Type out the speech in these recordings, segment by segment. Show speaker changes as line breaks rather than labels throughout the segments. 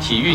体育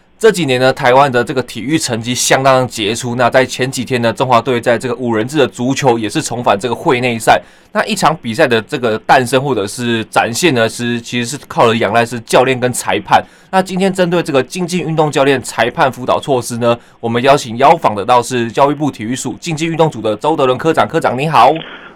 这几年呢，台湾的这个体育成绩相当杰出。那在前几天呢，中华队在这个五人制的足球也是重返这个会内赛。那一场比赛的这个诞生或者是展现呢，是其实是靠了仰赖是教练跟裁判。那今天针对这个竞技运动教练裁判辅导措施呢，我们邀请邀访得到是教育部体育署竞技运动组的周德伦科长。科长你好。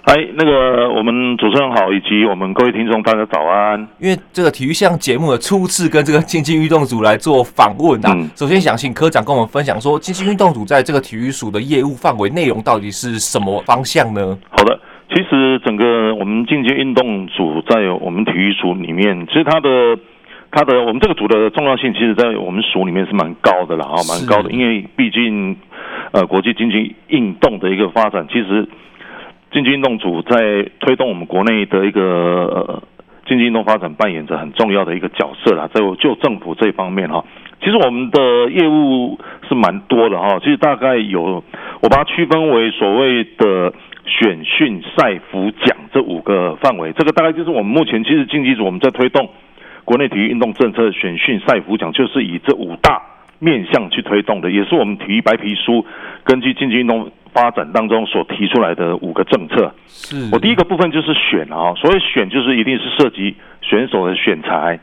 嗨，哎那个我们主持人好，以及我们各位听众大家早安。
因为这个体育项节目的初次跟这个竞技运动组来做访问啊，
嗯
首先想请科长跟我们分享说，竞技运动组在这个体育署的业务范围内容到底是什么方向呢？
好的，其实整个我们竞技运动组在我们体育组里面，其实它的它的我们这个组的重要性，其实在我们署里面是蛮高的啦，啊，
是
蛮高的，因为毕竟呃国际竞技运动的一个发展，其实呃竞技运动组在推动我们国内的一个呃竞技运动发展扮演着很重要的一个角色啦，在我就政府这一方面哈、其实我们的业务是蛮多的哈、其实大概有我把它区分为所谓的选训、赛服、奖这五个范围，这个大概就是我们目前其实竞技组我们在推动国内体育运动政策、选训、赛服、奖，就是以这五大面向去推动的，也是我们体育白皮书根据竞技运动发展当中所提出来的五个政策。
是
我第一个部分就是选啊，所谓选就是一定是涉及选手的选材。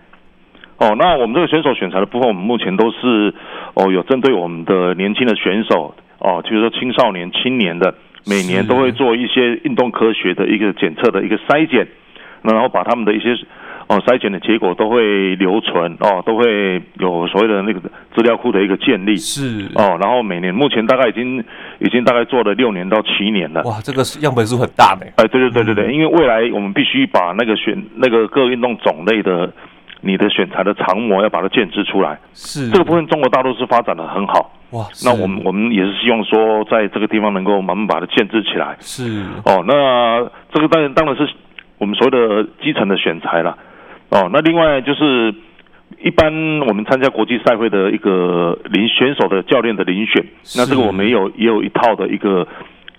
哦，那我们这个选手选材的部分，我们目前都是哦有针对我们的年轻的选手哦，就是说青少年、青年的，每年
是
都会做一些运动科学的一个检测的一个筛检，那然后把他们的一些哦筛检的结果都会留存哦，都会有所谓的那个资料库的一个建立
是
哦，然后每年目前大概已经已经大概做了六年到七年了。
哇，这个是样本数很大呢。
哎，对对对对
嗯
对，因为未来我们必须把那个选那个各运动种类的你的选材的长模要把它建制出来。
是
这个部分中国大陆是发展的很好，
哇，
那
嗯是
我们我们也是希望说在这个地方能够慢慢把它建制起来。
是
哦，那这个当然当然是我们所谓的基层的选材啦。哦，那另外就是一般我们参加国际赛会的一个遴选手的教练的遴选，那这个
是
我们也有也有一套的一个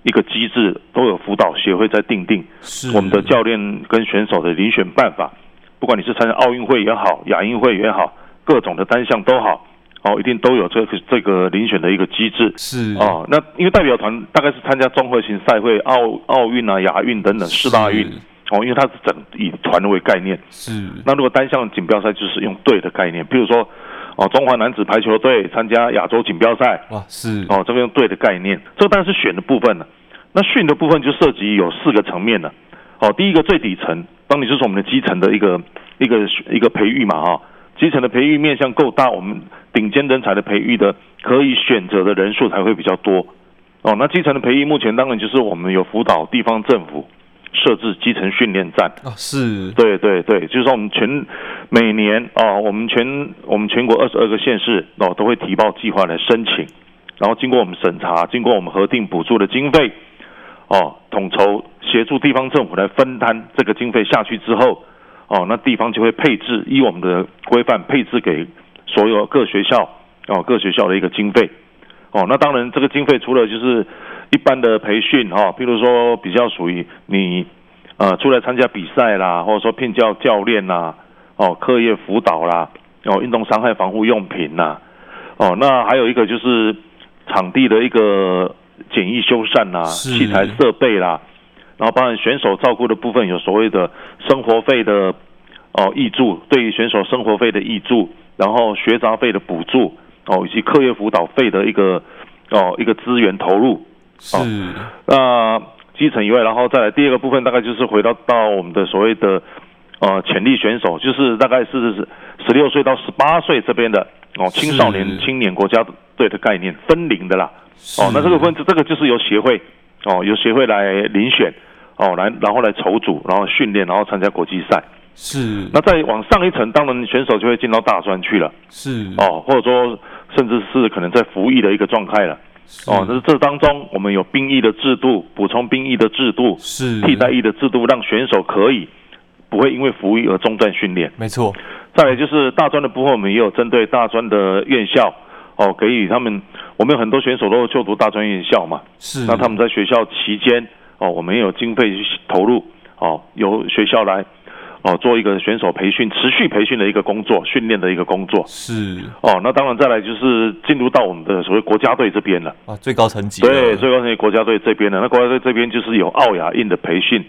一个机制，都有辅导协会在定定。
是
我们的教练跟选手的遴选办法，不管你是参加奥运会也好，亚运会也好，各种的单项都好，哦，一定都有这个这个遴选的一个机制。
是
哦，那因为代表团大概是参加综合性赛会、奥奥运啊、亚运等等四大运
是
哦，因为它是整以团为概念。
是
那如果单项锦标赛就是用队的概念，比如说哦，中华男子排球队参加亚洲锦标赛，
哇是
哦，这个用对的概念，这个当然是选的部分了。那训的部分就涉及有四个层面了。哦，第一个最底层，当你就是我们的基层的一个一个一个培育嘛，哈、基层的培育面向够大，我们顶尖人才的培育的可以选择的人数才会比较多。哦，那基层的培育目前当然就是我们有辅导地方政府设置基层训练站，
啊是
对对对，就是说我们全每年哦，我们全我们全国二十二个县市哦都会提报计划来申请，然后经过我们审查，经过我们核定补助的经费，哦统筹协助地方政府来分摊这个经费下去之后，哦那地方就会配置依我们的规范配置给所有各学校哦各学校的一个经费，哦那当然这个经费除了就是一般的培训哈、哦，譬如说比较属于你。呃，出来参加比赛啦，或者说聘教教练啦，哦，课业辅导啦，哦，运动伤害防护用品啦，哦，那还有一个就是场地的一个简易修缮啦，
是
器材设备啦，然后包含选手照顾的部分，有所谓的生活费的哦益助，对于选手生活费的益助，然后学杂费的补助，哦，以及课业辅导费的一个哦一个资源投入，哦
是
那基层以外，然后再来第二个部分，大概就是回到到我们的所谓的呃潜力选手，就是大概是十六岁到十八岁这边的哦
是
青少年青年国家队的概念分龄的啦。哦，那这个分这个就是由协会哦由协会来遴选哦来然后来筹组，然后训练，然后参加国际赛。
是
那再往上一层，当然选手就会进到大专去了
是
哦，或者说甚至是可能在服役的一个状态了。哦，那这当中我们有兵役的制度，补充兵役的制度，
是
替代役的制度，让选手可以不会因为服役而中断训练。
没错，
再来就是大专的部分，我们也有针对大专的院校哦，给予他们，我们有很多选手都就读大专院校嘛，
是
那他们在学校期间哦，我们也有经费去投入哦，由学校来哦做一个选手培训、持续培训的一个工作、训练的一个工作
是
哦。那当然再来就是进入到我们的所谓国家队这边了，
啊，最高层级的
对，最高层级国家队这边了。那国家队这边就是有奥雅印的培训。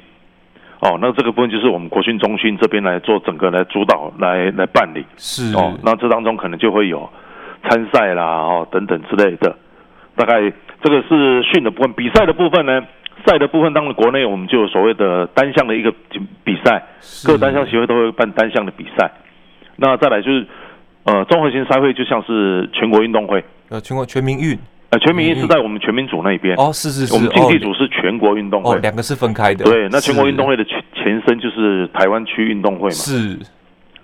哦，那这个部分就是我们国训中心这边来做整个来主导来来办理。
是
哦，那这当中可能就会有参赛啦，哦等等之类的。大概这个是训的部分，比赛的部分呢，赛的部分当然国内我们就有所谓的单项的一个比赛，
是
各单项协会都会办单项的比赛。那再来就是呃，综合性赛会就像是全国运动会，
呃全国全民运
呃，全民运
嗯
是在我们全民组那边，
哦，是是是
我们竞技
哦
组是全国运动
哦
会。
两个是分开的，
对，那全国运动
会
会的前前身就是台湾区运动会嘛。
是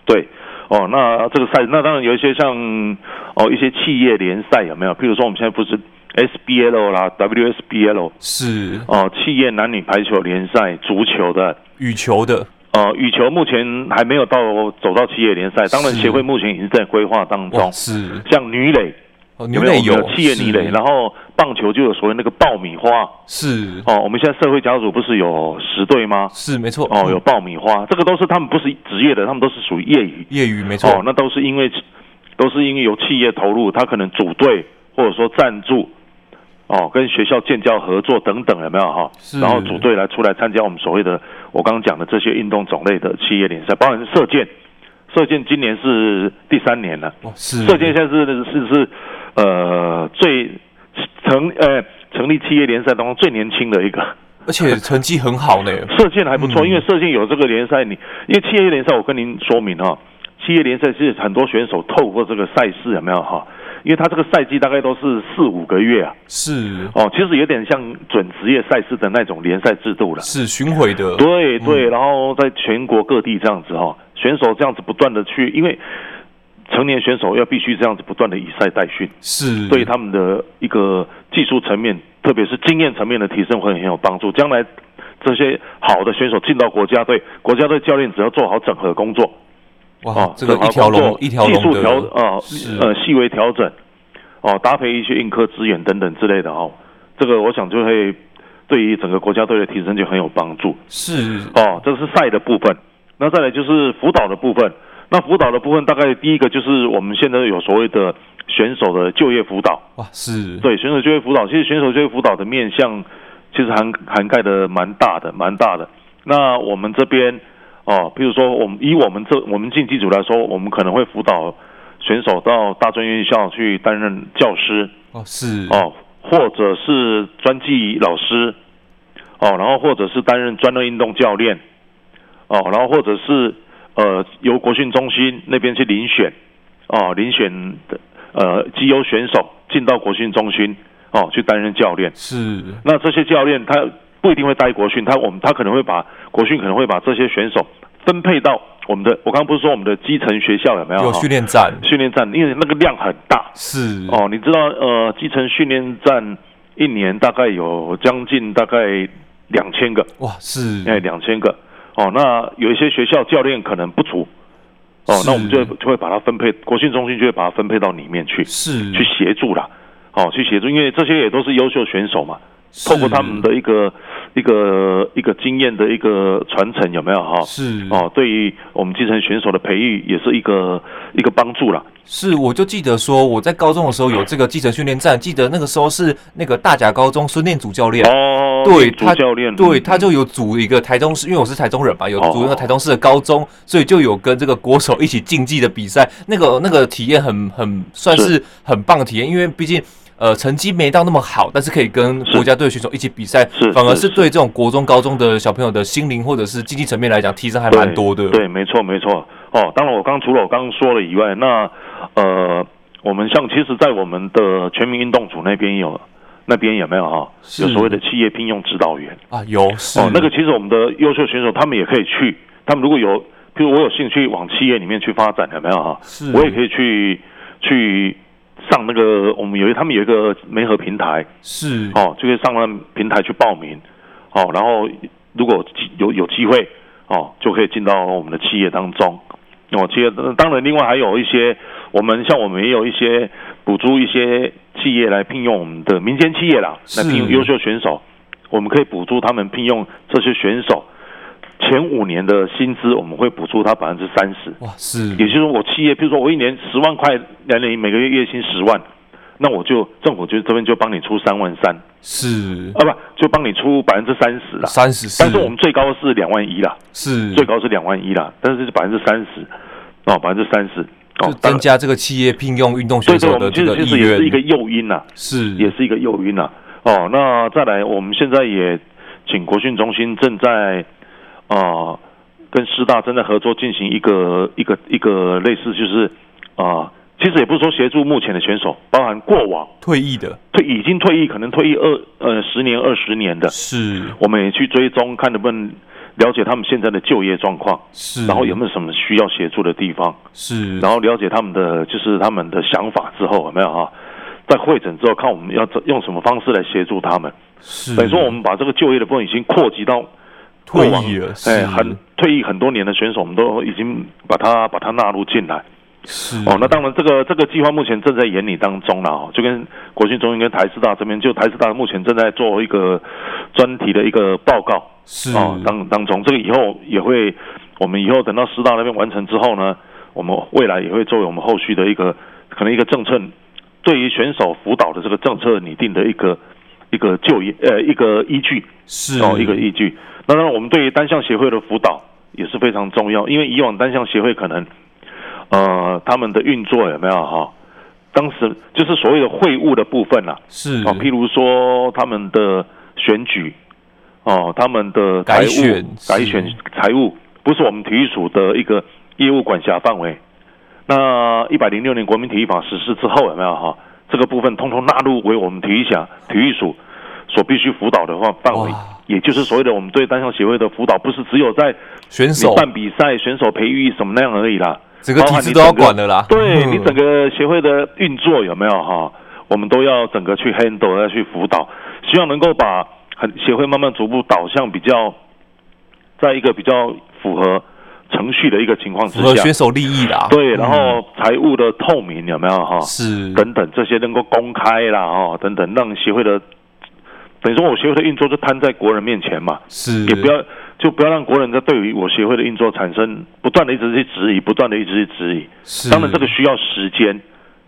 对，哦，那这个赛，那当然有一些像哦一些企业联赛有没有？譬如说我们现在不是 SBL 啦、WSBL
是
哦，企业男女排球联赛、足球的。
羽球的
哦，羽球目前还没有到走到企业联赛，当然
是
协会目前已经在规划当
哇
中。
哦是
像女垒
哦
嗯有
女
没有？
垒
我们有企业
是
女垒，然后棒球就有所谓那个爆米花
是
哦。我们现在社会家族不是有十队吗？
是没错
哦，有
嗯
爆米花，这个都是他们不是职业的，他们都是属于业余。
业余没
哦
错，
那都是因为都是因为有企业投入，他可能组队或者说赞助，哦，跟学校建教合作等等，有没有哈
是？
然后组队来出来参加我们所谓的我刚刚讲的这些运动种类的企业联赛，包含射箭，射箭今年是第三年了，
哦是
射箭现在是是是呃最成呃成立企业联赛当中最年轻的一个。
而且成绩很好呢，
射箭还不错，
嗯
因为射箭有这个联赛，你因为企业联赛，我跟您说明哈，企业联赛是很多选手透过这个赛事有没有哈？因为他这个赛季大概都是四五个月啊，
是
哦，其实有点像准职业赛事的那种联赛制度了。
是嗯巡回的，
对对，然后在全国各地这样子哈，选手这样子不断的去，因为成年选手要必须这样子不断的以赛代训，
是
对他们的一个技术层面，特别是经验层面的提升会很有帮助。将来这些好的选手进到国家队，国家队教练只要做好整合工作，
哇
哦，
这个
整合
一条
工
龙
作
一条
技
龙
术
的
调呃
是
呃细微调整，哦，搭配一些硬科资源等等之类的哦，这个我想就会对于整个国家队的提升就很有帮助。
是
哦，这是赛的部分。那再来就是辅导的部分。那辅导的部分，大概第一个就是我们现在有所谓的选手的就业辅导。
哇是
对，选手就业辅导，其实选手就业辅导的面向其实涵涵盖的蛮大的，蛮大的。那我们这边哦，譬如说我们以我们这我们竞技组来说，我们可能会辅导选手到大专院校去担任教师
哦是
哦，或者是专技老师哦，然后或者是担任专业运动教练哦，然后或者是呃由国训中心那边去遴选哦，遴选的呃绩优选手进到国训中心哦去担任教练。
是
那这些教练他不一定会带国训，他我们他可能会把国训可能会把这些选手分配到我们的，我刚刚不是说我们的基层学校有没有？
有训练站
训练站，因为那个量很大，
是
哦，你知道呃，基层训练站一年大概有将近大概两千个，
哇是
哎，两千个。哦，那有一些学校教练可能不足，哦，
是
那我们就会就会把它分配，国训中心就会把它分配到里面去，
是
去协助啦。哦，去协助，因为这些也都是优秀选手嘛，透过他们的一个一个一个经验的一个传承，有没有哈？
是
哦，对于我们基层选手的培育也是一个一个帮助啦。
是，我就记得说我在高中的时候有这个基层训练站，记得那个时候是那个大甲高中孙念祖教练。
哦，
对
主
他
教练，
对，
嗯
他就有组一个台中市，因为我是台中人嘛，有
哦
组那个台中市的高中，所以就有跟这个国手一起竞技的比赛，那个那个体验很很算是很棒的体验，因为毕竟呃成绩没到那么好，但是可以跟
是
国家队选手一起比赛
是，
反而是
是
对这种国中高中的小朋友的心灵或者是经济层面来讲，提升还蛮多的。
对，没错没错。哦，当然我刚除了我刚刚说了以外，那呃，我们像其实，在我们的全民运动组那边有。那边有没有哈？
是
有所谓的企业聘用指导员
啊，有是
哦。那个其实我们的优秀选手他们也可以去，他们如果有，譬如我有兴趣往企业里面去发展，有没有哈？
是
我也可以去去上那个我们有一他们有一个媒合平台，
是
哦哦，就可以上那平台去报名，哦，然后如果有机有有机会，哦，就可以进到我们的企业当中。哦，企业当然，另外还有一些我们像我们也有一些补助一些企业来聘用我们的民间企业啦，来聘用
是
优秀选手，我们可以补助他们聘用这些选手前五年的薪资，我们会补助他百分之三十。
哇，是
也就是说，我企业，譬如说我一年十万块，年龄每个月月薪十万，那我就政府就这边就帮你出三万三，
是
啊不，就帮你出百分之三十啦。
三十嗯四，
但是我们最高是两万一啦，
是
最高是两万一啦，但是是百分之三十，哦，百分之三十，
就
哦，
增加这个企业聘用运动选
对对，
手
我
的
们
这
其
个
实其
意
实也是一个
愿，嗯
诱因呐，
是
也是一个诱因呐。哦，那再来，我们现在也请国训中心正在呃跟师大正在合作进行一个一个一个类似就是啊、呃其实也不是说协助目前的选手，包含过往
退役的，
退已经退役，可能退役二呃十年二十年的，
是
我们也去追踪，看能不能了解他们现在的就业状况，
是，
然后有没有什么需要协助的地方。
是，
然后了解他们的就是他们的想法之后，有没有哈、在会诊之后，看我们要怎用什么方式来协助他们。
是
等于说，我们把这个就业的部分已经扩及到过
退
往
役了，是
哎，很退役很多年的选手，我们都已经把它把它纳入进来。
是
哦，那当然，这个这个计划目前正在研拟当中啦，哦就跟国训中心跟台师大这边，就台师大目前正在做一个专题的一个报告。
是
哦，当当中，这个以后也会，我们以后等到师大那边完成之后呢，我们未来也会作为我们后续的一个可能一个政策，对于选手辅导的这个政策拟定的一个一个就业呃一个依据
是
哦一个依据。那当然，我们对于单项协会的辅导也是非常重要，因为以往单项协会可能呃他们的运作有没有哈、当时就是所谓的会务的部分啦、
是
哦，譬如说他们的选举，哦，他们的
改
财务
选
改
是
选财务，不是我们体育署的一个业务管辖范围。那一百零六年国民体育法实施之后，有没有哈？这个部分通通纳入为我们体育辖体育署所必须辅导的话范围
哇，
也就是所谓的我们对单项协会的辅导，不是只有在
选
你
手
办比赛、选手培育什么那样而已啦。
整个
包
体
含
制
你
都要
整个
管的啦，
对
嗯
你整个协会的运作有没有哈？我们都要整个去 handle，要去辅导，希望能够把很协会慢慢逐步导向比较，在一个比较符合程序的一个情况之
符合
下
选，手利益啦，
对，
嗯
然后财务的透明有没有哈？
是
等等这些能够公开啦哦，等等让协会的，等于说我协会的运作就摊在国人面前嘛，
是
也不要就不要让国人在对于我协会的运作产生不断的一直去质疑，不断的一直去质疑。
是
当然，这个需要时间，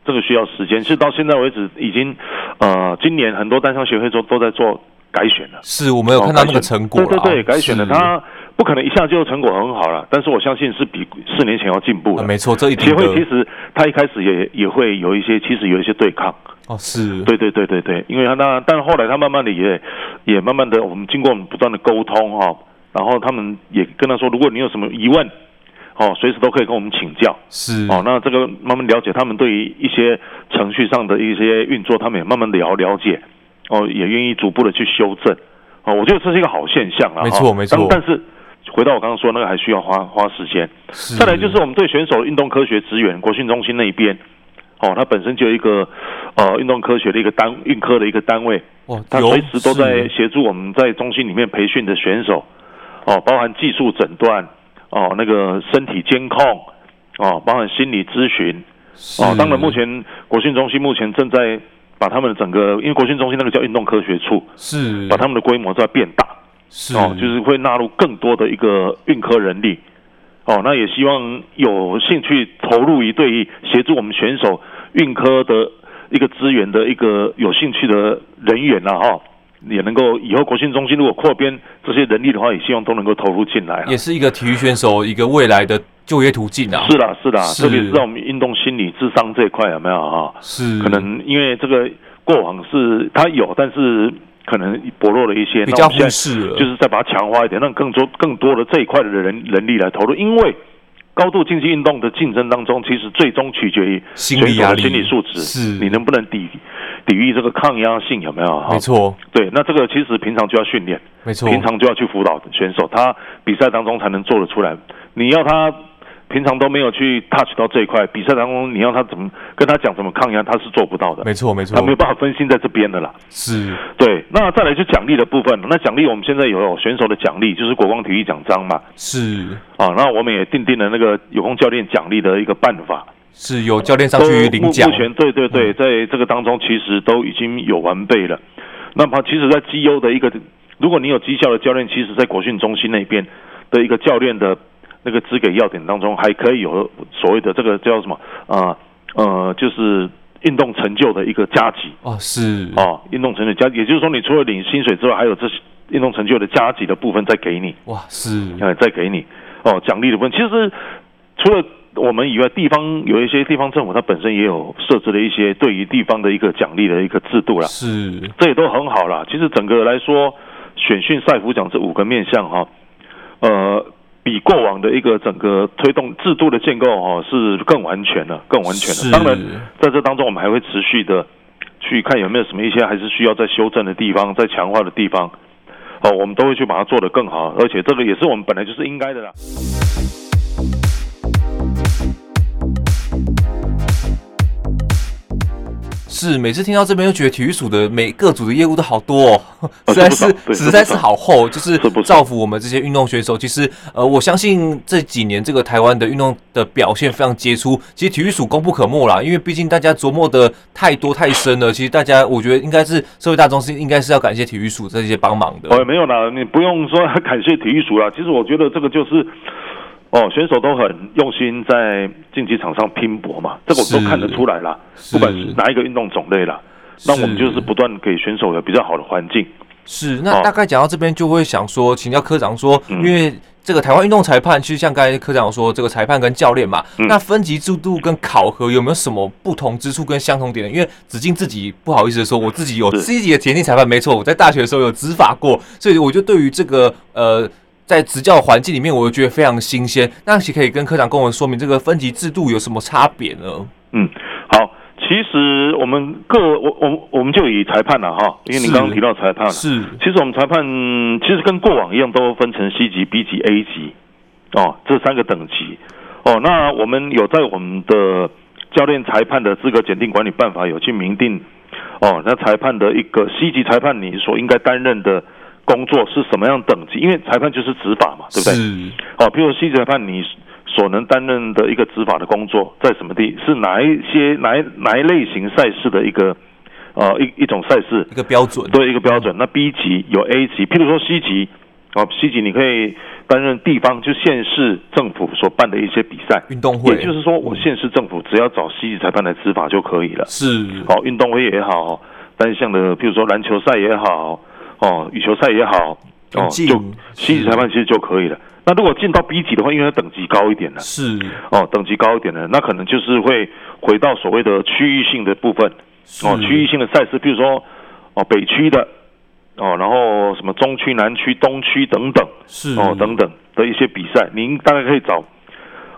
这个需要时间。其实到现在为止，已经呃，今年很多单项协会都都在做改选了，
是我们有看到
哦
那个
改选
成果啦，啊
对对对，改选了，
是
它不可能一下就成果很好了，但是我相信是比四年前要进步
啊
了。
没错，这一
协
定
会
的
其实它一开始也也会有一些，其实有一些对抗，
哦是
对对对对对，因为他那但后来他慢慢的也也慢慢的，我们经过我们不断的沟通哈、然后他们也跟他说，如果你有什么疑问，哦，随时都可以跟我们请教。
是
哦，那这个慢慢了解他们对于一些程序上的一些运作，他们也慢慢了了解，哦，也愿意逐步的去修正。哦，我觉得这是一个好现象啦。
没错
哦
没错
但但是回到我刚刚说那个，还需要花花时间。
是
再来就是我们对选手的运动科学资源，国训中心那一边，哦，它本身就有一个呃运动科学的一个单运科的一个单位，
哇
它
哦有
随时都在
是
协助我们在中心里面培训的选手，哦，包含技术诊断，哦，那个身体监控，哦，包含心理咨询，哦
是，
当然目前国训中心目前正在把他们的整个，因为国训中心那个叫运动科学处，
是
把他们的规模在变大，
是
哦，就是会纳入更多的一个运科人力。哦，那也希望有兴趣投入于对于协助我们选手运科的一个资源的一个有兴趣的人员啦、哈、也能够以后国训中心如果扩编这些人力的话，也希望都能够投入进来啦。
也是一个体育选手一个未来的就业途径啊，
是啦，是啦，
是
特别是在我们运动心理智商这一块有没有哈、
是
可能因为这个过往是它有，但是可能薄弱了一些，
比
那
较
我们现
忽
在
视了，
就是再把它强化一点，让更多更多的这一块的人人力来投入，因为高度竞技运动的竞争当中，其实最终取决于
心
选
理
手
压
的
力
心理素质，
是
你能不能抵抵御这个抗压性有没有？哈
没，错
对，那这个其实平常就要训练，
没错，
平常就要去辅导选手，他比赛当中才能做得出来。你要他平常都没有去 touch 到这一块，比赛当中你要他怎么跟他讲怎么抗压，他是做不到的，
没错没错
他，没有办法分心在这边的啦。
是
对，那再来就奖励的部分，那奖励我们现在有选手的奖励，就是国光体育奖章嘛，
是
啊，那我们也定定了那个有空教练奖励的一个办法，
是有教练上去
都
领奖嗯
呃目，前对对对，在这个当中其实都已经有完备了。那么其实，在绩优的一个，如果你有绩效的教练，其实在国训中心那边的一个教练的那个资给要点当中，还可以有所谓的这个叫什么啊呃就是运动成就的一个加级
哦是
啊，运动成就加，也就是说，你除了领薪水之外，还有这些运动成就的加级的部分再给你。
哇是
呃，再给你哦奖励的部分。其实除了我们以外，地方有一些地方政府它本身也有设置了一些对于地方的一个奖励的一个制度啦，
是
这也都很好啦。其实整个来说，选训赛服奖这五个面向哈、呃，比过往的一个整个推动制度的建构哈、是更完全了，更完全
是
了。当然，在这当中我们还会持续的去看有没有什么一些还是需要再修正的地方，再强化的地方。哦，我们都会去把它做得更好，而且这个也是我们本来就是应该的啦。
是，每次听到这边就觉得体育署的每个组的业务都好多哦，实在是
是不少对
实在
是
是
不少
好厚，就是
是不少
造福我们这些运动选手。其实呃，我相信这几年这个台湾的运动的表现非常杰出，其实体育署功不可没啦，因为毕竟大家琢磨的太多太深了。其实大家我觉得应该是社会大众是应该是要感谢体育署这些帮忙的。
哦，没有啦，你不用说 感谢体育署啦。其实我觉得这个就是，哦，选手都很用心在竞技场上拼搏嘛，这个我
是
都看得出来啦。
是
不管是哪一个运动种类啦，那我们就是不断给选手有比较好的环境。
是，那大概讲到这边就会想说，请教科长说，因
哦嗯
为这个台湾运动裁判，其实像刚才科长说，这个裁判跟教练嘛，
嗯
那分级制度跟考核有没有什么不同之处跟相同点呢？因为子敬自己不好意思地说，我自己有
是
自己的田径裁判，没错，我在大学的时候有执法过，所以我就对于这个呃。在执教环境里面，我就觉得非常新鲜。那其实可以跟科长跟我们说明这个分级制度有什么差别呢？
嗯，好，其实我们各我我我们就以裁判了哈，因为你
是
刚刚提到裁判了。
是
其实我们裁判嗯其实跟过往一样，都分成 C 级、B 级、A 级，哦，这三个等级。哦，那我们有在我们的教练裁判的资格检定管理办法有去明定，哦，那裁判的一个 C 级裁判你所应该担任的工作是什么样等级？因为裁判就是执法嘛，对不对？
是
哦，譬如 C 级裁判你所能担任的一个执法的工作在什么地？是哪一些哪一哪一类型赛事的一个呃一一种赛事
一？个标准，
对一个标准。那 B 级有 A 级，譬如说 C 级，哦，C 级你可以担任地方就县市政府所办的一些比赛，
运动
也
会
就是说，我县市政府只要找 C 级裁判来执法就可以了。
是
哦，运动会也好，单项的譬如说篮球赛也好，哦，羽球赛也好，哦，
进
就 C 级裁判其实就可以了。那如果进到 B 级的话，因为它等级高一点了，
是
哦，等级高一点了，那可能就是会回到所谓的区域性的部分。哦，
是
区域性的赛事，比如说哦北区的哦，然后什么中区、南区、东区等等
是
哦等等的一些比赛，您大概可以找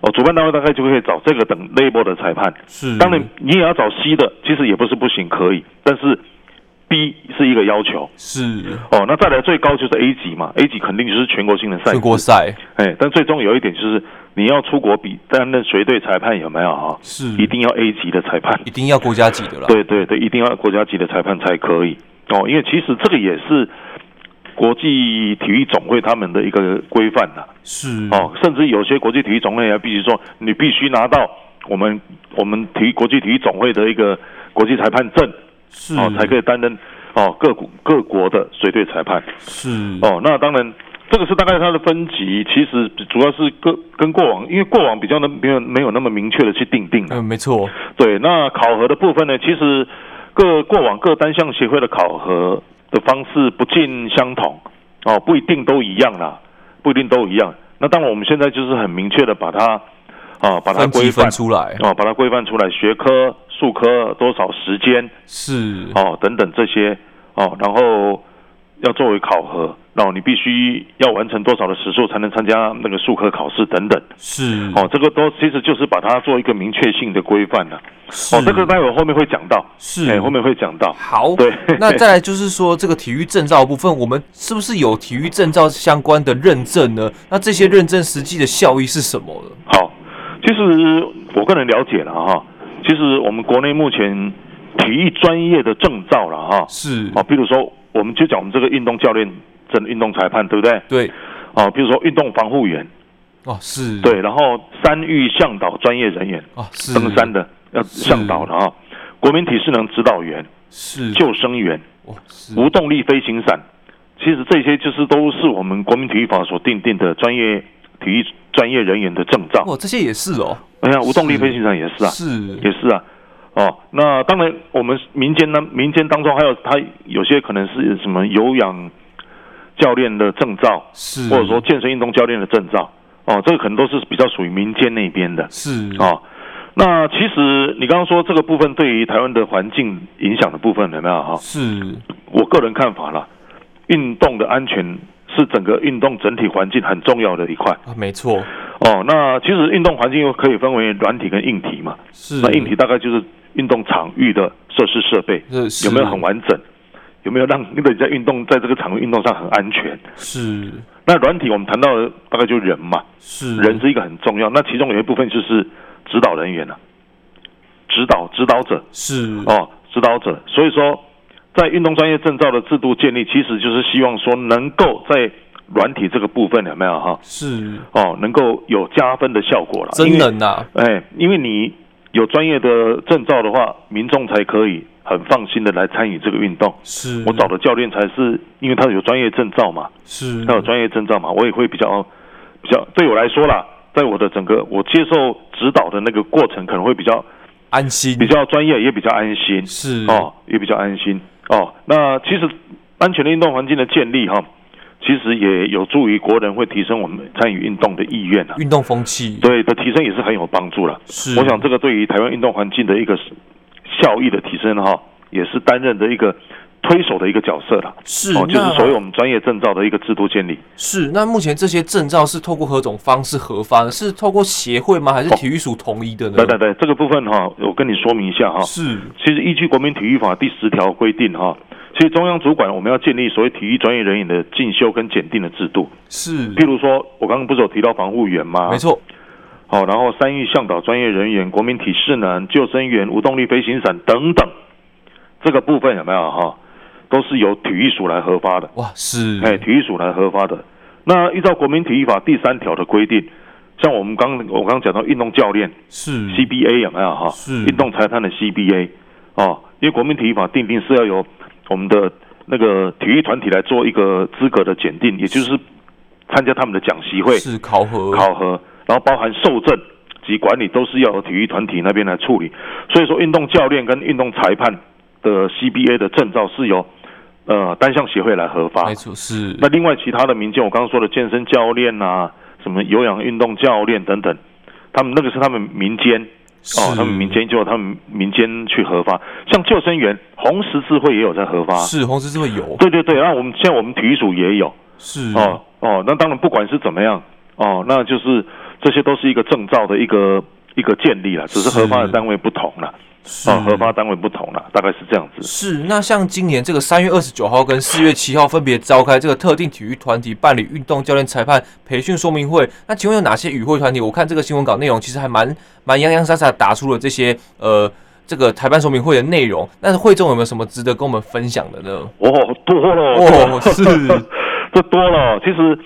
哦主办单位大概就可以找这个等 label 的裁判，
是，
当然你也要找 C 的，其实也不是不行，可以，但是 B 是一个要求
是
哦，那再来最高就是 A 级嘛，A 级肯定就是全国性的赛
全
事，
国赛
哎，但最终有一点就是你要出国比担任随队裁判有没有啊？
是
一定要 A 级的裁判
嗯一。定要国家级的啦。
对对对，一定要国家级的裁判才可以哦，因为其实这个也是国际体育总会他们的一个规范呐、
是
哦，甚至有些国际体育总会还必须说，你必须拿到我们我们体育国际体育总会的一个国际裁判证
是
哦，才可以担任哦各国各国的随队裁判
是
哦。那当然。这个是大概它的分级，其实主要是跟跟过往，因为过往比较能没有没有那么明确的去定定、啊，
嗯没错
对，那考核的部分呢，其实各过往各单项协会的考核的方式不尽相同哦，不一定都一样啦，不一定都一样。那当然，我们现在就是很明确的把它啊，把它
分哎
规
级
范
分出来
哦，把它规范出来，学科、数科多少时间
是
哦等等这些哦，然后要作为考核，然后你必须要完成多少的时数才能参加那个数科考试等等
是
哦，这个都其实就是把它做一个明确性的规范了。
是
哦，这个待会后面会讲到，
是
哎，后面会讲到。
好
对
那再来就是说这个体育证照的部分，我们是不是有体育证照相关的认证呢？那这些认证实际的效益是什么呢？
好，其实我个人了解了哈，其实我们国内目前体育专业的证照了哈，
是，
哦，比如说我们就讲我们这个运动教练、这运动裁判，对不对？
对，
哦，比如说运动防护员，
哦，是，，
对，然后山域向导专业人员，
哦，是，
登山的要
是
向导了哈，国民体适能指导员、
是，
救生员、
哦，是，
无动力飞行伞，其实这些就是都是我们国民体育法所定定的专业体育专业人员的证照。
哇，这些也是哦，
哎呀，无动力
是
飞行伞也是啊，
是，
也是啊。哦，那当然，我们民间呢，民间当中还有他有些可能是什么有氧教练的证照，
是，
或者说健身运动教练的证照，哦，这个可能都是比较属于民间那边的。
是，
哦，那其实你刚刚说这个部分对于台湾的环境影响的部分有没有哦哈、
是，
我个人看法啦，运动的安全是整个运动整体环境很重要的一块。
啊，没错，
哦，那其实运动环境又可以分为软体跟硬体嘛。
是，
那硬体大概就是运动场域的设施设备
是
有没有很完整，有没有让人家运动在这个场域运动上很安全。
是
那软体我们谈到的大概就是人嘛，
是
人是一个很重要。那其中有一部分就是指导人员了、啊指导指导者
是
哦，指导者。所以说，在运动专业证照的制度建立，其实就是希望说能够在软体这个部分有没有哈
是
哦，能够有加分的效果了。
真
因为
人呐、啊
哎，因为你有专业的证照的话，民众才可以很放心的来参与这个运动。
是
我找的教练才是，因为他有专业证照嘛，
是
他有专业证照嘛，我也会比较比较对我来说啦，在我的整个我接受指导的那个过程，可能会比较
安心
比较专业，也比较安心
是
哦，也比较安心哦。那其实安全的运动环境的建立哈、其实也有助于国人会提升我们参与运动的意愿啊，
运动风气
对的提升也是很有帮助了。
是
我想这个对于台湾运动环境的一个效益的提升哈，也是担任的一个推手的一个角色了。
是
哦，就是
那
所谓我们专业证照的一个制度建立。
是那目前这些证照是透过何种方式核发呢？是透过协会吗？还
哦
是体育署统一的呢？
对对对，这个部分哈，我跟你说明一下哈。
是
其实依据《国民体育法》第十条规定哈，其实中央主管我们要建立所谓体育专业人员的进修跟检定的制度。
是
譬如啊说，我刚刚不是有提到防护员吗？
没。错
好、然后三育向导专业人员、国民体适能、救生员、无动力飞行伞等等，这个部分有没有哈、都是由体育署来核发的，
哇是
哎，体育署来核发的。那依照《国民体育法》第三条的规定，像我们刚我刚刚讲到运动教练
是
CBA 有没有哈、
嗯是
运动裁判的 CBA 哦，因为国民体育法定定是要由我们的那个体育团体来做一个资格的检定，也就是参加他们的讲习会
是考核
考核，然后包含受证及管理都是要由体育团体那边来处理。所以说，运动教练跟运动裁判的 CBA 的证照是由呃单项协会来核发
没。错是
啊那另外其他的民间，我刚刚说的健身教练啊，什么有氧运动教练等等，他们那个是他们民间哦，
是
他们民间就有他们民间去核发，像救生员，红十字会也有在核发。
是红十字会有
啊对对对，那我们现在我们体育署也有，
是
哦哦，那当然不管是怎么样哦，那就是这些都是一个证照的一个一个建立了，只是
是
核发的单位不同了，
是
哦，核发单位不同了，大概是这样子。
是，那像今年这个三月二十九号跟四月七号分别召开这个特定体育团体办理运动教练裁判培训说明会，那请问有哪些与会团体？我看这个新闻稿内容其实还蛮蛮洋洋洒洒打出了这些呃这个裁判说明会的内容，但是会中有没有什么值得跟我们分享的呢？
哦，多了，
哦
多了
是
这多了。其实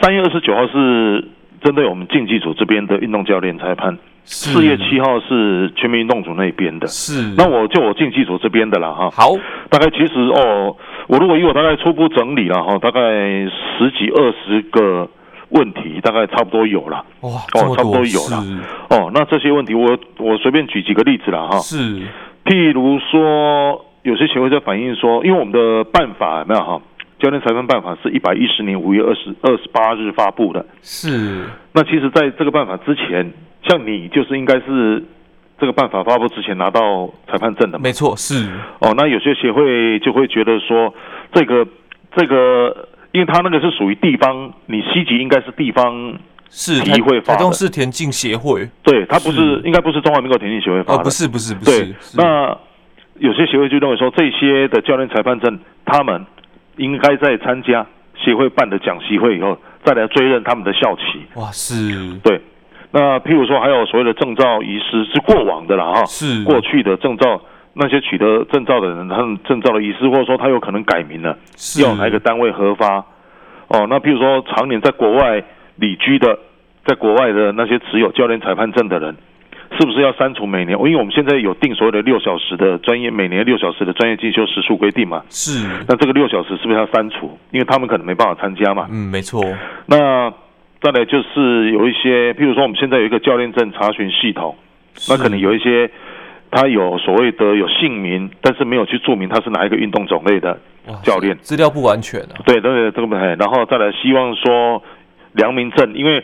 三月二十九号是针对我们竞技组这边的运动教练裁判，四月七号是全民运动组那边的。
是
那我就我竞技组这边的了哈，
好
大概其实哦，我如果以我大概初步整理了哈，大概十几二十个问题，大概差不多有了。
哇，这
哦
么，
差不
多
多有了。哦，那这些问题我我随便举几个例子了哈。
是是
譬如说，有些协会在反映说，因为我们的办法有没有哈，教练裁判办法是一百一十年五月二十二十八日发布的。
是
那其实，在这个办法之前，像你就是应该是这个办法发布之前拿到裁判证的嘛。
没错是
哦，那有些协会就会觉得说，这个这个，因为他那个是属于地方，你西级应该是地方，
是
体
台
会发
台中
的
市田径协会
对，他不是
是
应该不是中华民国田径协会发
哦
的，
不是不是不
对
是，是
那有些协会就认为说，这些的教练裁判证，他们应该在参加协会办的讲习会以后，再来追认他们的校旗。
哇是
对，那譬如说还有所谓的证照遗失是过往的了哈，
是
过去的证照那些取得证照的人，他们证照的遗失，或者说他有可能改名了，
是
要哪一个单位核发？哦，那譬如说常年在国外旅居的，在国外的那些持有教练裁判证的人，是不是要删除每年？因为我们现在有定所谓的六小时的专业，每年六小时的专业进修时数规定嘛。
是，
那这个六小时是不是要删除？因为他们可能没办法参加嘛。
嗯，没错，
那再来就是有一些，譬如说我们现在有一个教练证查询系统，那可能有一些他有所谓的有姓名，但是没有去注明他是哪一个运动种类的
哇
教练。
资料不完全啊，
对，对对，这个不太。然后再来，希望说良民证，因为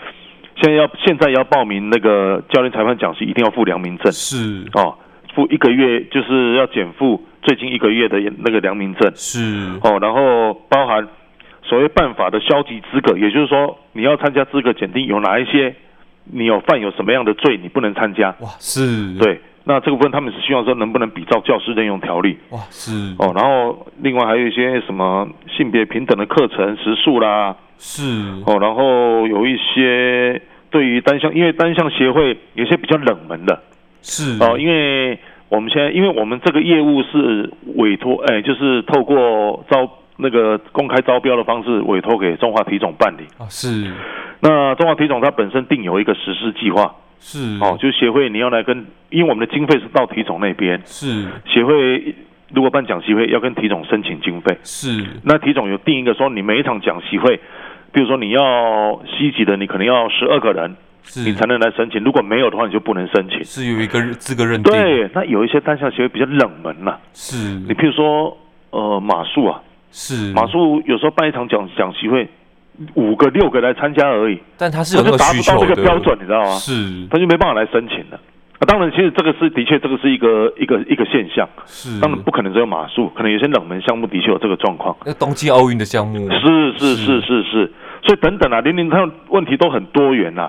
现在要现在要报名那个教练裁判讲师，一定要付良民证
是
哦，付一个月就是要减负最近一个月的那个良民证
是
哦，然后包含所谓办法的消极资格，也就是说你要参加资格检定有哪一些，你有犯有什么样的罪，你不能参加。
哇是，
对，那这个部分他们是希望说能不能比照教师任用条例。
哇是
哦，然后另外还有一些什么性别平等的课程时数啦，
是
哦，然后有一些对于单项，因为单项协会有些比较冷门的
是
哦，因为我们现在，因为我们这个业务是委托，哎，就是透过招那个公开招标的方式委托给中华体总办理。
啊是
那中华体总它本身定有一个实施计划，
是
哦，就是协会你要来跟，因为我们的经费是到体总那边，
是
协会如果办讲习会要跟体总申请经费。
是
那体总有定一个说，你每一场讲习会，比如说你要西级的，你可能要十二个人，
是，
你才能来申请。如果没有的话，你就不能申请。
是有一个资格认定，
对，那有一些单项协会比较冷门呐、
嗯是
你譬如说，呃，马术啊，
是
马术有时候办一场讲讲习会，五个六个来参加而已，
但他是有那
他就
个
达
需
不
求
到
的
那个标准，啊你知道吗？
是
他就没办法来申请了。啊、当然，其实这个是的确，这个是一个一个一个现象。
是，
当然不可能只有马术，可能有些冷门项目的确有这个状况。
那冬季奥运的项目
是是是是是，所以等等啊，零零它问题都很多元呐、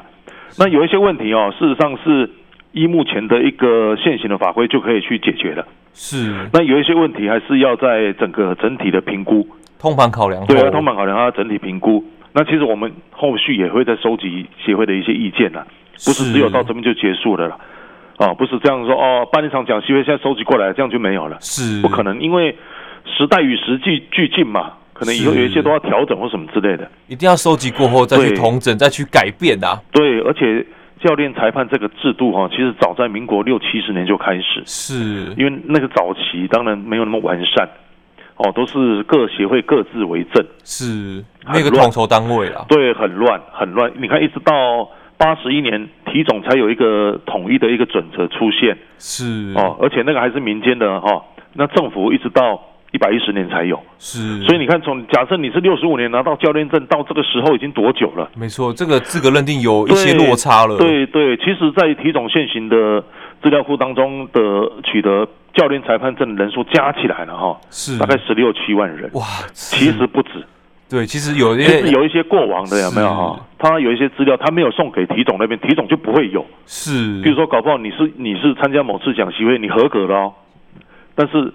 那有一些问题哦，事实上是依目前的一个现行的法规就可以去解决的。
是
那有一些问题还是要在整个整体的评估，
通盘考量后，
对啊儿童版考量它整体评估。那其实我们后续也会再收集协会的一些意见啦，不是只有到这边就结束了啦。啊，不是这样说哦，办一场讲习会现在收集过来，这样就没有了。
是
不可能，因为时代与时俱俱进嘛，可能以后有一些都要调整或什么之类的。
一定要收集过后再去
对
统整，再去改变的、啊。
对，而且教练裁判这个制度哈、其实早在民国六七十年就开始，
是
因为那个早期当然没有那么完善，哦，都是各协会各自为政，
是，
很
那个
啊乱
统筹单位啦。
对，很乱很乱。你看，一直到八十一年体总才有一个统一的一个准则出现
是
哦，而且那个还是民间的哈、那政府一直到一百一十年才有。
是，
所以你看从，假设你是六十五年拿到教练证，到这个时候已经多久了？
没错，这个资格认定有一些
对
落差了。，
对对，其实，在体总现行的资料库当中的取得教练裁判证人数加起来了哈，
是
大概十六七万人，
哇，
其
是
实不止，
对，其实有一
其实
些
有一些过往的有没有哈？他有一些资料，他没有送给体总那边，体总就不会有。
是，
比如说，搞不好你是你是参加某次讲习会，你合格了哦，但是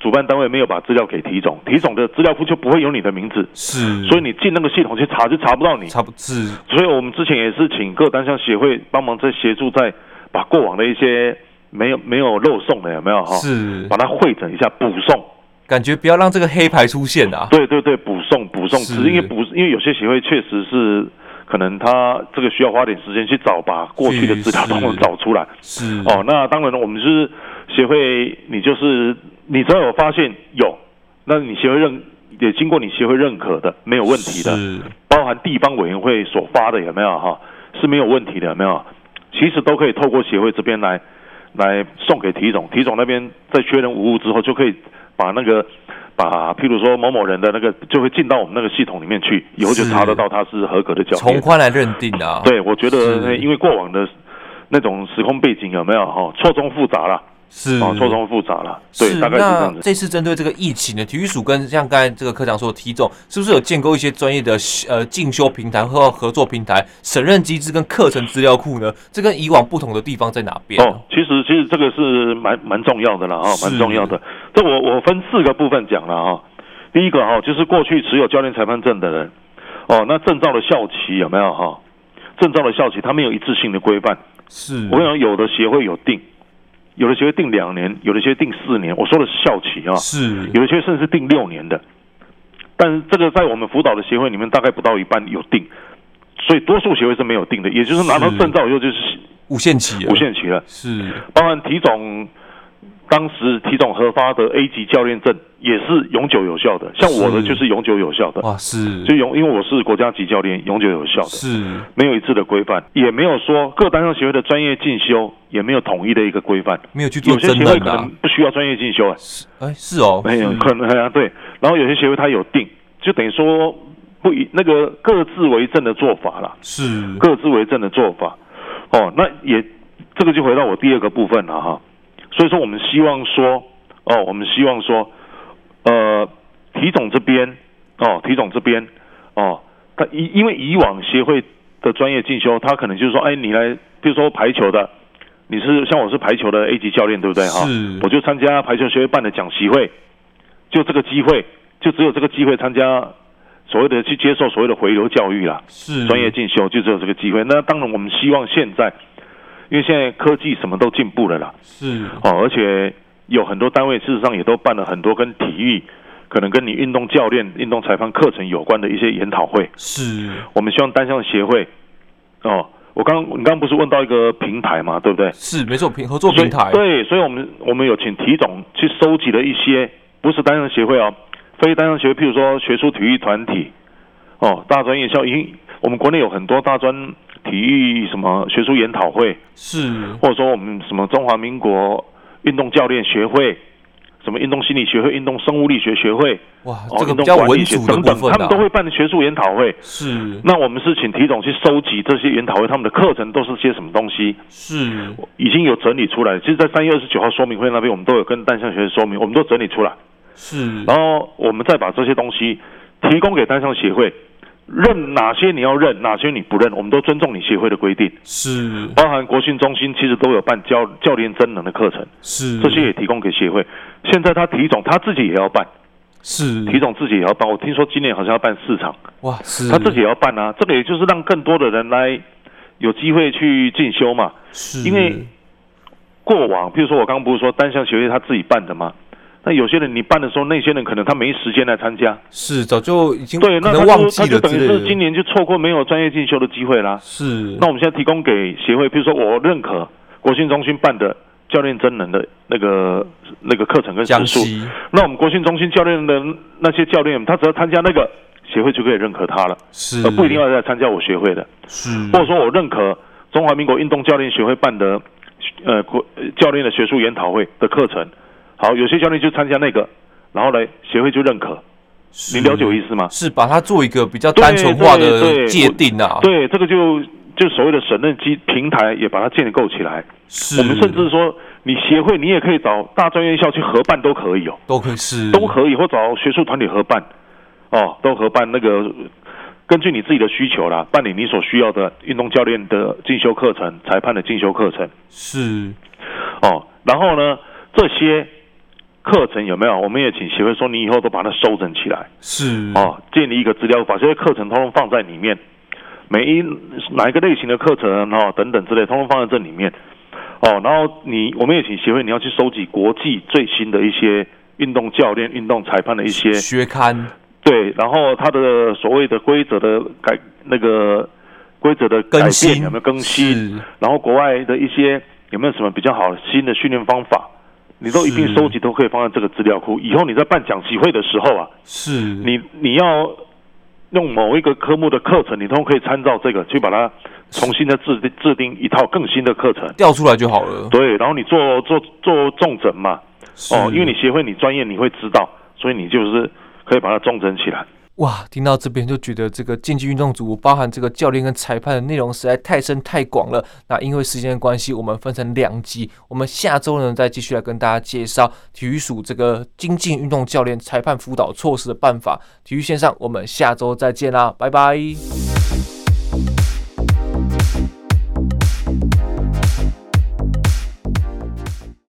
主办单位没有把资料给体总，体总的资料库就不会有你的名字，
是，
所以你进那个系统去查就查不到你。
差不是
所以我们之前也是请各单项协会帮忙在协助，在把过往的一些没有没有漏送的有没有哈，
是
把，它汇整一下补送。
感觉不要让这个黑牌出现啊。
对对对，补送补送，
是
只是因为补，因为有些协会确实是可能他这个需要花点时间去找，把过去的资料
是
都能找出来。
是
哦，那当然了，我们是协会，你就是你只要有发现有，那你协会认也经过你协会认可的，没有问题的。
是
包含地方委员会所发的有没有哈，是没有问题的有没有？其实都可以透过协会这边来来送给体总，体总那边在确认无误之后，就可以把那个把譬如说某某人的那个就会进到我们那个系统里面去，以后就是查得到他是合格的教
从
练。
宽来认定啊。，
对，我觉得
是
因为过往的那种时空背景有没有哈，错综复杂了，
是
哦，错综复杂了，
是
对，大概是这
那
样子。
这次针对这个疫情呢，体育署跟像刚才这个科长说的体总，是不是有建构一些专业的呃进修平台和合作平台、审认机制跟课程资料库呢？这跟以往不同的地方在哪边？
哦，，其实其实这个是蛮蛮重要的了哈，
是
蛮重要的。这我我分四个部分讲了哈。第一哦个哈，就是过去持有教练裁判证的人，哦，那证照的效期有没有哈？证照的效期它没有一致性的规范。
是
我跟你讲，有的协会有定，有的协会定两年，有的协会定四年。我说的是校期啊，
是
有的协会甚至定六年的。但是这个在我们辅导的协会里面，大概不到一半有定，所以多数协会是没有定的。也就是拿到
是
证照以后就是
无限期，啊
无，限期了。
是
包含体总，当时体总核发的 A 级教练证也是永久有效的，像我的
是
就是永久有效的，
哇，是
就永因为我是国家级教练，永久有效的，
是
没有一致的规范，也没有说各单项协会的专业进修也没有统一的一个规范，
没有去做
有些
真
协会
人
可
啊
能，不需要专业进修、哎
是哎是哦，
没有
是
可能啊，对，然后有些协会它有定，就等于说不一那个各自为政的做法啦。
是
各自为政的做法。哦，那也这个就回到我第二个部分了哈。所以说，我们希望说，哦，我们希望说，呃，体总这边，哦，体总这边，哦，他因因为以往协会的专业进修，他可能就是说，哎，你来，比如说排球的，你是像我是排球的 A 级教练，对不对哈？
是
我就参加排球协会办的讲习会，就这个机会，就只有这个机会参加所谓的去接受所谓的回流教育啦。
是
专业进修就只有这个机会。那当然，我们希望现在，因为现在科技什么都进步了啦，
是
哦，而且有很多单位事实上也都办了很多跟体育，可能跟你运动教练、运动裁判课程有关的一些研讨会。
是
我们希望单项协会，哦，我刚你刚刚不是问到一个平台嘛，对不对？
是没错，平合作平台
所以对，所以我们我们有请体总去收集了一些，不是单项协会哦，非单项协会，譬如说学术体育团体，哦，大专院校，因我们国内有很多大专体育什么学术研讨会，
是
或者说我们什么中华民国运动教练学会。什么运动心理学会、运动生物力学学会，
哇，啊
哦，
这个比
运动
较
管
文
理学
组的
等等
部，分
他们
啊
都，会办学术研讨会。
是
那我们是请体总去收集这些研讨会，他们的课程都是些什么东西？
是
已经有整理出来。其实，在三月二十九号说明会那边，我们都有跟单项协会说明，我们都整理出来，
是
然后我们再把这些东西提供给单项协会，认哪些你要认，哪些你不认，我们都尊重你协会的规定。
是
包含国训中心其实都有办教教练真人的课程，
是
这些也提供给协会。现在他体总他自己也要办，
是
体总自己也要办。我听说今年好像要办四场，
哇是
他自己也要办啊。这个也就是让更多的人来有机会去进修嘛。
是
因为过往，譬如说我刚刚不是说单项协会他自己办的吗？那有些人你办的时候，那些人可能他没时间来参加，
是早就已经
对，
可
那
能
他
忘
就
记
他就
了
等
之
于
类
是今
的，
年就错过没有专业进修的机会啦。
是
那我们现在提供给协会，譬如说我认可国训中心办的教练真人的那个那个课程跟
江
时数，
西
那我们国训中心教练的那些教练，他只要参加那个协会就可以认可他了，
是
而呃不一定要再参加我协会的。
是
或者说我认可中华民国运动教练学会办的呃国呃教练的学术研讨会的课程。好，有些教练就参加那个，然后呢，协会就认可。
是
你了解我意思吗？
是把它做一个比较
对
单纯化
对
的
对
界定啊，
对，这个就就所谓的审认机平台也把它建构起来。
是
我们甚至说，你协会你也可以找大专院校去合办都可以哦，
都可以是
都可以，或找学术团体合办，哦，都合办那个。根据你自己的需求啦，办理你所需要的运动教练的进修课程、裁判的进修课程。
是
哦，然后呢，这些课程有没有？我们也请协会说，你以后都把它收整起来
是
哦，建立一个资料，把这些课程通通放在里面，每一哪一个类型的课程哦等等之类，通通放在这里面哦。然后你，我们也请协会，你要去收集国际最新的一些运动教练、运动裁判的一些
学刊
对，然后它的所谓的规则的改那个规则的改
更
变
新
有没有更新？
是
然后国外的一些有没有什么比较好的新的训练方法，你都一并
是
收集，都可以放在这个资料库。以后你在办讲习会的时候啊，
是
你你要用某一个科目的课程，你都可以参照这个去把它重新的制定制定一套更新的课程。
调出来就好了
对，然后你做做做重整嘛，哦，
是
因为你协会你专业你会知道，所以你就是可以把它重整起来。
哇，听到这边就觉得这个竞技运动组包含这个教练跟裁判的内容实在太深太广了。那因为时间的关系，我们分成两集，我们下周呢再继续来跟大家介绍体育署这个精进运动教练裁判辅导措施的办法。体育线上，我们下周再见啦，拜拜。